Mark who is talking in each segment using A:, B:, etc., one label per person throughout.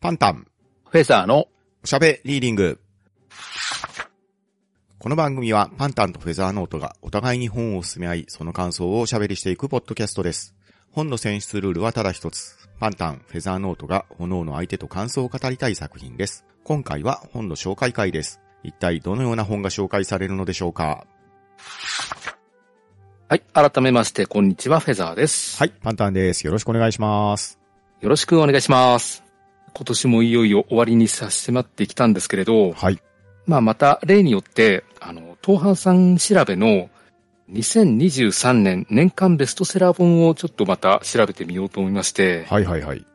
A: パンタン、
B: フェザーの、
A: おしゃべリーディング。この番組はパンタンとフェザーノートがお互いに本を進め合い、その感想をおしゃべりしていくポッドキャストです。本の選出ルールはただ一つ。パンタン、フェザーノートが炎の相手と感想を語りたい作品です。今回は本の紹介会です。一体どのような本が紹介されるのでしょうか
B: はい、改めまして、こんにちは、フェザーです。
A: はい、パンタンです。よろしくお願いします。
B: よろしくお願いします。今年もいよいよ終わりに差し迫ってきたんですけれど、
A: はい。
B: まあまた例によって、あの、東阪さん調べの2023年年間ベストセラー本をちょっとまた調べてみようと思いまして、
A: はいはいはい。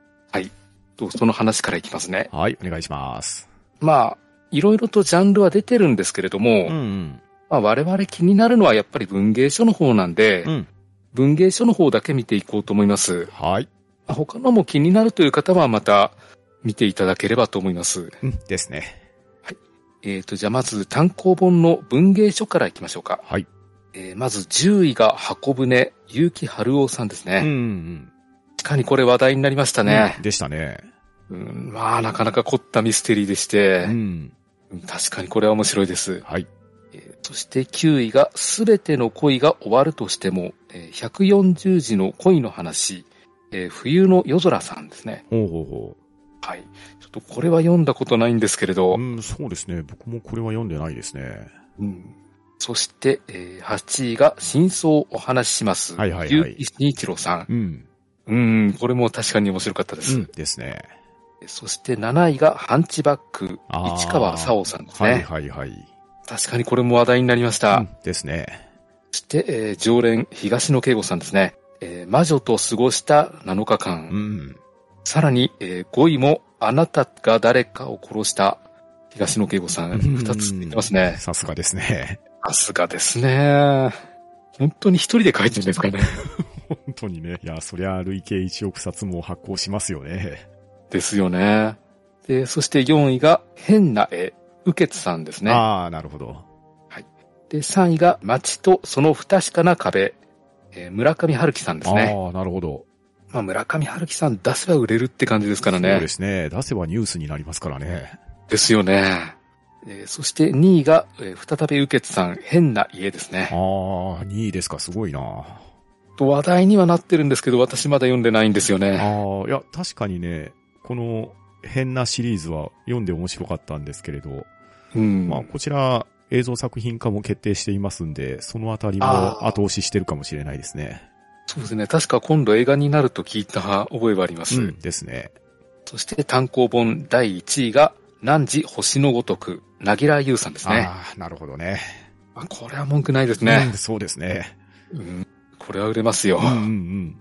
B: とその話からいきますね。
A: はい、お願いします。
B: まあ、いろいろとジャンルは出てるんですけれど
A: うん
B: も、
A: うん。
B: まあ我々気になるのはやっぱり文芸書の方なんで、
A: うん。
B: 文芸書の方だけ見ていこうと思います。
A: はい。
B: まあ他のも気になるという方はまた見ていただければと思います。
A: うん、ですね。
B: えっ、と、じゃあまず単行本の文芸書からいきましょうか。
A: はい。
B: えーまず10位が箱舟、結城春夫さんです
A: うんうん
B: ね。
A: うん。
B: 確かにこれ話題になりましたね
A: う。んでしたね。
B: うん、まあ、なかなか凝ったミステリーでし
A: う
B: て、
A: ん。
B: うん確かにこれは面白いです。
A: はい。
B: えーそして9位が、すべての恋が終わるとしても、えー140字の恋の話、えー冬の夜空さんですね。
A: ほうほうほ
B: はい。ちょっとこれは読んだことないんですけれど
A: う。、うん、そうですね。僕もこれは読んでないですね。
B: うんそして、えー8位が真相をお話しします。
A: はいはいはい
B: 結城慎一郎さん。
A: うん。
B: うん、これも確かに面白かったです。
A: うん。ですね。
B: そして7位がハンチバック、
A: あー
B: 市川沙央さんですね、
A: はいはいはい。
B: 確かにこれも話題になりました。
A: うんですね。
B: そして、えー常連、東野圭吾さんですね。えー魔女と過ごした7日間。
A: うん。
B: さらに、え5位も、あなたが誰かを殺した東野圭吾さん。2つ言ってますね。
A: さすがですね。
B: さすがですね。本当に一人で書いてるんですかね。
A: 本当にね。いや、そりゃ累計1億冊も発行しますよね。
B: ですよね。で、そして4位が変な絵、ウケツさんですね。
A: ああ、なるほど。
B: で、3位が街とその不確かな壁、えー村上春樹さんですね。
A: ああ、なるほど。
B: まあ、村上春樹さん出せば売れるって感じですから
A: そう
B: ね。
A: で
B: です
A: ね。出せばニュースになりますからね。
B: すよね。えーそして2位が、えー再びウケツさん、変な家です
A: ああ
B: ね。、
A: 2位ですか。すごいな。
B: と話題にはなってるんですけど、私まだ読んでないんですよね。
A: ああ、いや、確かにね、この変なシリーズは読んで面白かったんですけれど、
B: うん。
A: まあ、こちら映像作品化も決定していますんで、そのあたり
B: あ
A: も
B: ー
A: 後押ししてるかもしれないですね。
B: そうですね。確か今度映画になると聞いた覚えはあります。
A: うん、ですね。
B: そして単行本第1位が、汝星のごとく、なぎらゆうさんですね。
A: ああ、なるほどね。
B: まあこれは文句ないです
A: う
B: ね
A: ん。そうですね。
B: うんこれは売れますよ
A: うん。うん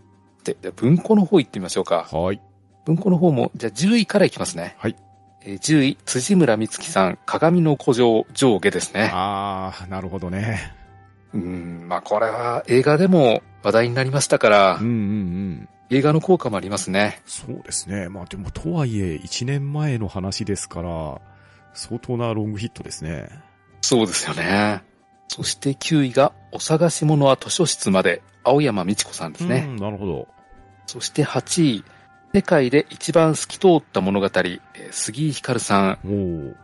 B: で、で文庫の方行ってみましょうか。
A: うん。はい。
B: 文庫の方も、じゃあ10位からいきますね。
A: はい
B: えー。10位、辻村美月さん、鏡の古城上下ですね。
A: ああ、なるほどね。
B: うん、まあこれは映画でも話題になりましたから
A: うん、うんうん。
B: 映画の効果もありますね。
A: そうですね。まあでも、とはいえ、1年前の話ですから、相当なロングヒットですね。
B: そうですよね。そして9位が、お探し物は図書室まで、青山美智子さんですね。
A: うん、なるほど。
B: そして8位、世界で一番透き通った物語、えー杉井光さん。
A: おー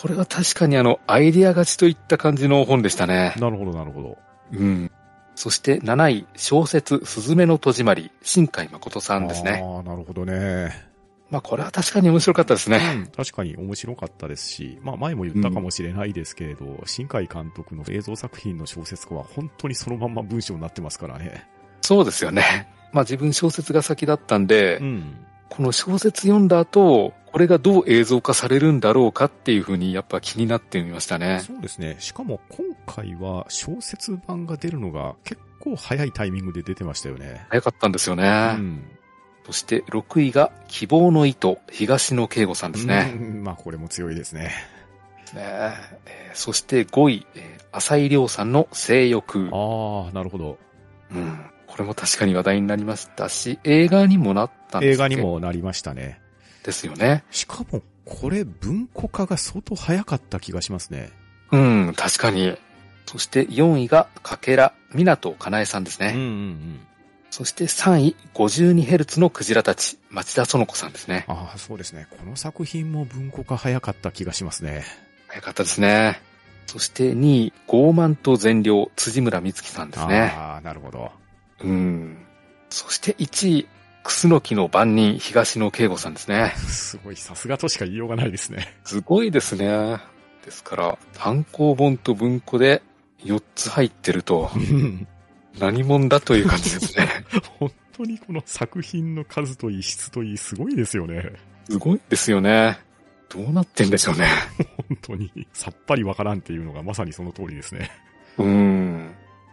B: これは確かにあの、アイディア勝ちといった感じの本でしたね。
A: なるほど、なるほど。
B: うん。そして7位、小説、すずめの戸締まり、新海誠さんですね。
A: ああ、なるほどね。
B: まあこれは確かに面白かったですね。
A: 確かに面白かったですし、まあ前も言ったかもしれないですけれど、新海監督の映像作品の小説家は本当にそのまんま文章になってますからね。
B: そうですよね。まあ自分小説が先だったんで、
A: ん。
B: この小説読んだ後、これがどう映像化されるんだろうかっていうふうにやっぱ気になってみましたね。
A: そうですね。しかも今回は小説版が出るのが結構早いタイミングで出てましたよね。
B: 早かったんですよね。
A: うん。
B: そして6位が希望の糸、東野圭吾さんですね。
A: うんまあこれも強いですね。
B: ねえーそして5位、えー浅井亮さんの性欲、
A: ああ、なるほど。
B: うん。これも確かに話題になりましたし、映画にもなったんで
A: 映
B: すっ
A: 画
B: け
A: に。もなりましたね。
B: ですよね。
A: しかもこれ文庫化が相当早かった気がしますね。
B: うん、確かに。そして4位が、かけら、港かなえさんです
A: うんうん
B: ね。そして3位、52Hz のクジラたち、町田園子さんですね。
A: ああ、そうですね。この作品も文庫化早かった気がしますね。
B: 早かったですね。そして2位、傲慢と善良、辻村美月さんですね。
A: ああ、なるほど。
B: うん。そして1位、クスノキの番人、東野圭吾さんですね。
A: すごい、さすがとしか言いようがないです ね。
B: すごいですね。ですから、単行本と文庫で4つ入ってると、何者だという感じですね。
A: 本当にこの作品の数といい質といい、すごいですよね。
B: すごいですよね。どうなってんでしょうね。
A: 本当に、さっぱりわからんっていうのがまさにその通りですね。
B: うん。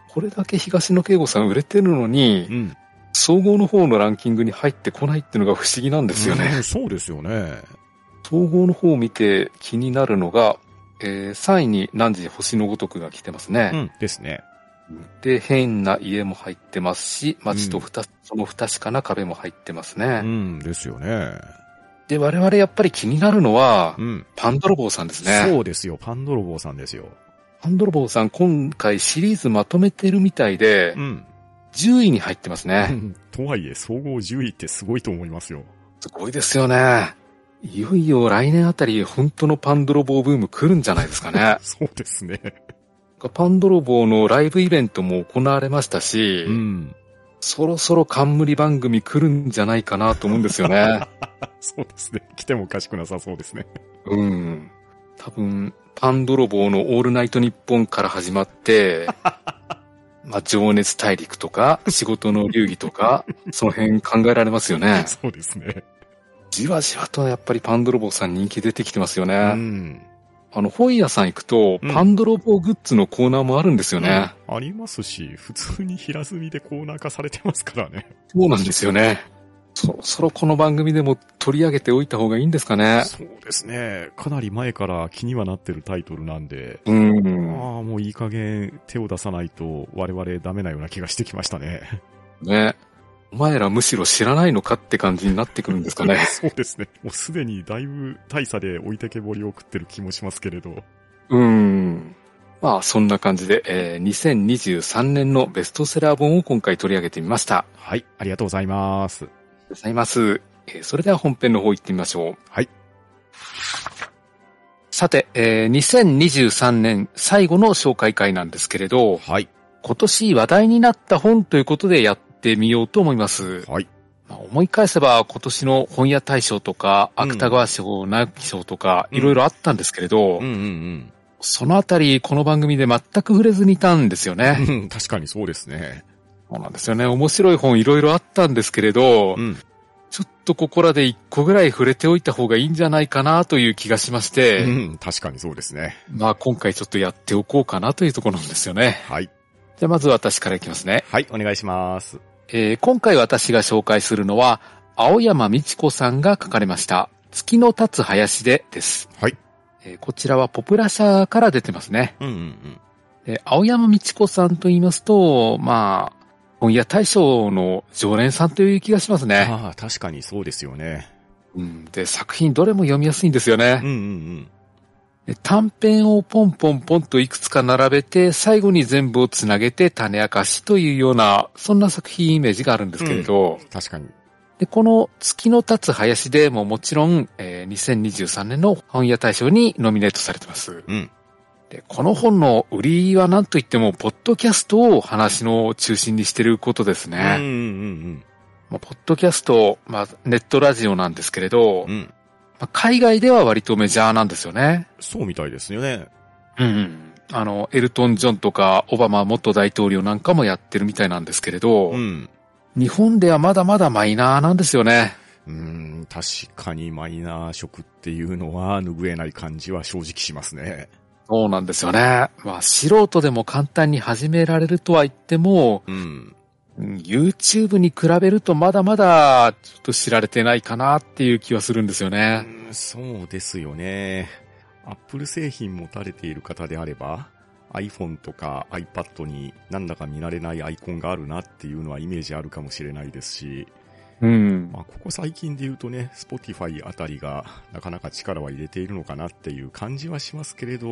B: これだけ東野圭吾さん売れてるの
A: う
B: に、
A: ん。
B: 総合の方のランキングに入ってこないっていうのが不思議なんですよね。
A: そうですよね。
B: 総合の方を見て気になるのが、えー3位に何時星のごとくが来てますね。
A: うん。ですね。
B: で、変な家も入ってますし、街と
A: うん
B: ふた、その不確かな壁も入ってます
A: う
B: ね。
A: ん。ですよね。
B: で、我々やっぱり気になるのは、
A: うん。
B: パン泥棒さんですね。
A: そうですよ。パン泥棒さんですよ。
B: パン泥棒さん今回シリーズまとめてるみたいで、
A: うん。
B: 10位に入ってます
A: う
B: ね。
A: んとはいえ、総合10位ってすごいと思いますよ。。
B: すごいですよね。いよいよ来年あたり本当のパン泥棒ブーム来るんじゃないですかね
A: そうですね。
B: パン泥棒のライブイベントも行われましたし、
A: ん。
B: そろそろ冠番組来るんじゃないかなと思うんですよね。
A: そうですね。 来てもおかしくなさそうですね。
B: うん。多分、パン泥棒のオールナイトニッポンから始ま って、まあ、情熱大陸とか、仕事の流儀と か、その辺考えられますよね。
A: そうですね。
B: じわじわとやっぱりパン泥棒さん人気出てきてますよね。
A: うん。
B: あの、本屋さん行くと、
A: うん
B: パン泥棒グッズのコーナーもあるんですよね。
A: ありますし、普通に平積みでコーナー化されてますからね。
B: そうなんですよね。そろそろこの番組でも取り上げておいた方がいいんですかね。
A: そうですね。かなり前から気にはなってるタイトルなんで、
B: うん。
A: ああ、もういい加減手を出さないと我々ダメなような気がしてきましたね。
B: ね。お前らむしろ知らないのかって感じになってくるんですかね。
A: そうですね。もうすでにだいぶ大差で置いてけぼりを食ってる気もしますけれど。
B: うん。まあ、そんな感じで、えー2023年のベストセラー本を今回取り上げてみました。あり
A: はい、ありがとうございます。
B: がとうございます。えーそれでは本編の方行ってみましょう。
A: はい。
B: さて、えー2023年最後の紹介会なんですけれど、
A: はい。
B: 今年話題になった本ということでやってみようと思います。
A: はい。
B: まあ思い返せば今年の本屋大賞とか、
A: うん
B: 芥川賞、直木賞とか、
A: うん
B: いろいろあったんですけれど、
A: んうん
B: そのあたり、この番組で全く触れずにいたんですよね。
A: うん。 確かにそうですね。
B: そうなんですよね。面白い本いろいろあったんですけれど、
A: ん。
B: ちょっとここらで一個ぐらい触れておいた方がいいんじゃないかなという気がしまし
A: う
B: て、
A: ん、確かにそうですね。
B: まあ今回ちょっとやっておこうかなというところなんですよね。
A: はい。
B: じゃあまず私からいきますね。
A: はい、お願いします。
B: えー今回私が紹介するのは、青山美智子さんが書かれました、月の立つ林でです。
A: はい。
B: えーこちらはポプラ社から出てますね。
A: うんうん
B: で青山美智子さんと言いますと、まあ、本屋大賞の常連さんという気がしますね。
A: ああ、確かにそうですよね。
B: うん、で、作品どれも読みやすいんですよ
A: うんう
B: ね。
A: ん
B: で短編をポンポンポンといくつか並べて、最後に全部をつなげて種明かしというような、そんな作品イメージがあるんですけれど、
A: うん。確かに。
B: で、この月の立つ林でももちろん、えー2023年の本屋大賞にノミネートされてます。
A: うん。
B: で、この本の売りは何と言っても、ポッドキャストを話の中心にしてることです
A: うんうん
B: ね。
A: うん
B: まあポッドキャスト、まあ、ネットラジオなんですけれど、
A: うん。うん。
B: まあ海外では割とメジャーなんですよね。
A: そうみたいですよね。
B: うん、あの、エルトン・ジョンとか、オバマ元大統領なんかもやってるみたいなんですけれど、
A: うん。
B: 日本ではまだまだマイナーなんですよね。
A: うん、確かにマイナー色っていうのは拭えない感じは正直しますね。
B: そうなんですよね。まあ、素人でも簡単に始められるとは言っても、
A: うん。
B: うん YouTube に比べるとまだまだ、ちょっと知られてないかなっていう気はするんですよね。
A: そうですよね。アップル製品持たれている方であれば、iPhone とか iPad になんだか見慣れないアイコンがあるなっていうのはイメージあるかもしれないですし、
B: うん。
A: まあ、ここ最近で言うとね、Spotify あたりがなかなか力は入れているのかなっていう感じはしますけれど、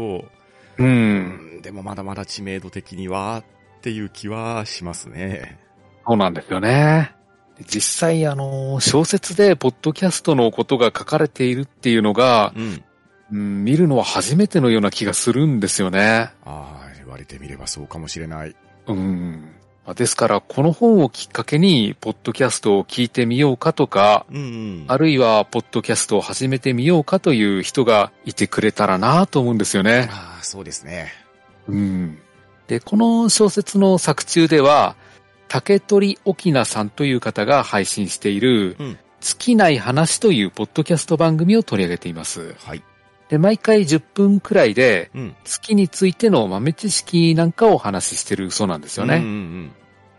A: う
B: う。
A: んん、でもまだまだ知名度的にはっていう気はしますね。
B: そうなんですよね。実際、あの、小説でポッドキャストのことが書かれているっていうのが、
A: うん。
B: うん、見るのは初めてのような気がするんですよね。
A: ああ、言われてみればそうかもしれない。
B: うん。まあですから、この本をきっかけに、ポッドキャストを聞いてみようかとか、
A: うん、うん。
B: あるいは、ポッドキャストを始めてみようかという人がいてくれたらなと思うんですよね。
A: ああ、そうですね。
B: うん。で、この小説の作中では、竹取沖菜さんという方が配信している、
A: うん
B: 尽きない話というポッドキャスト番組を取り上げています。
A: はい。
B: で、毎回10分くらいで、
A: うん。
B: 月についての豆知識なんかをお話ししてるそうなんですよね。
A: うん、うん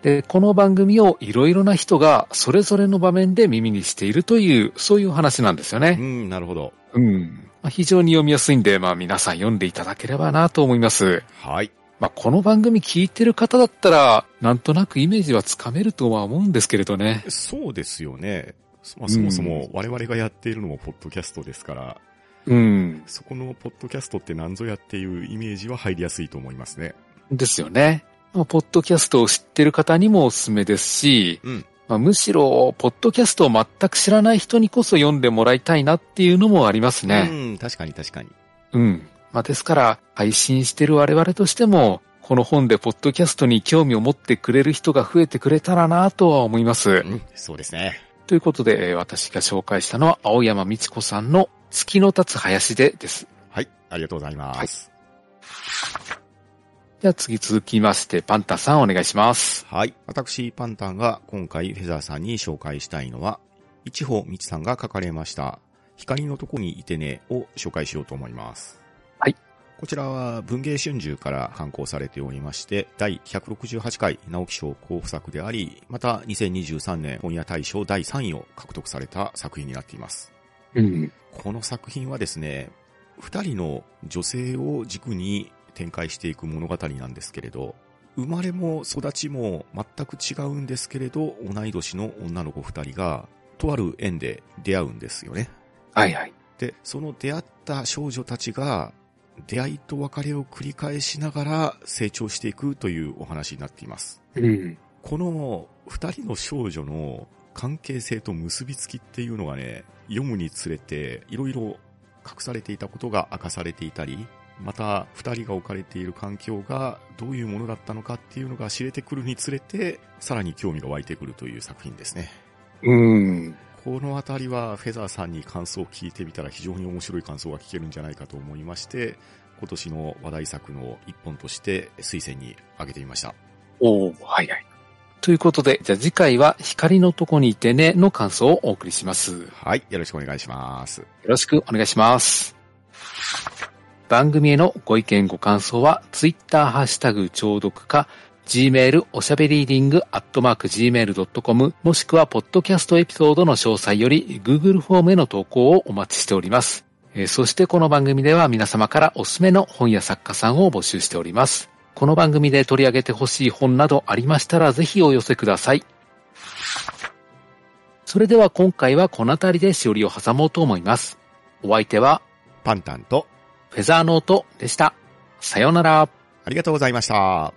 B: で、この番組をいろいろな人がそれぞれの場面で耳にしているという、そういう話なんですよ
A: うん。う
B: ね。
A: ん、なるほど。
B: うん。まあ非常に読みやすいんで、まあ皆さん読んでいただければなと思います。
A: はい。
B: まあこの番組聞いてる方だったら、なんとなくイメージはつかめるとは思うんですけれどね。
A: そうですよね。そまあ、
B: うん
A: そもそも我々がやっているのもポッドキャストですから、
B: うん。
A: そこのポッドキャストって何ぞやっていうイメージは入りやすいと思いますね。
B: ですよね。まあポッドキャストを知ってる方にもおすすめですし、
A: うん
B: まあむしろ、ポッドキャストを全く知らない人にこそ読んでもらいたいなっていうのもありますね。
A: うん、確かに確かに。
B: うん。まあ、ですから、配信してる我々としても、この本でポッドキャストに興味を持ってくれる人が増えてくれたらなとは思います。
A: うん、そうですね。
B: ということで、えー私が紹介したのは、青山美智子さんの月の立つ林でです。
A: はい。ありがとうございます。
B: では次続きまして、パンタさんお願いします。
A: はい。私、パンタンが今回フェザーさんに紹介したいのは、一歩みちさんが書かれました、光のとこにいてねを紹介しようと思います。
B: はい。
A: こちらは文芸春秋から刊行されておりまして、第168回直木賞候補作であり、また2023年本屋大賞第3位を獲得された作品になっています。
B: うん。
A: この作品はですね、二人の女性を軸に展開していく物語なんですけれど、生まれも育ちも全く違うんですけれど、同い年の女の子二人が、とある縁で出会うんですよね。
B: はいはい。
A: で、その出会った少女たちが、出会いと別れを繰り返しながら成長していくというお話になっています。
B: うん。
A: この二人の少女の関係性と結びつきっていうのがね、読むにつれていろいろ隠されていたことが明かされていたり、また二人が置かれている環境がどういうものだったのかっていうのが知れてくるにつれて、さらに興味が湧いてくるという作品ですね。
B: うん。
A: このあたりはフェザーさんに感想を聞いてみたら非常に面白い感想が聞けるんじゃないかと思いまして、今年の話題作の一本として推薦に挙げてみました。
B: おおはいはい。ということで、じゃあ次回は、光のとこにいてねの感想をお送りします。
A: はい、よろしくお願いします。
B: よろしくお願いします。番組へのご意見ご感想は、ツイッターハッシュタグ聴読か、gmail おしゃべりーディングアットマーク gmail.com もしくは、ポッドキャストエピソードの詳細より Google フォームへの投稿をお待ちしております。えーそしてこの番組では皆様からおすすめの本や作家さんを募集しております。この番組で取り上げてほしい本などありましたらぜひお寄せください。それでは今回はこの辺りでしおりを挟もうと思います。お相手は、
A: パンタンと
B: フェザーノートでした。さようなら。
A: ありがとうございました。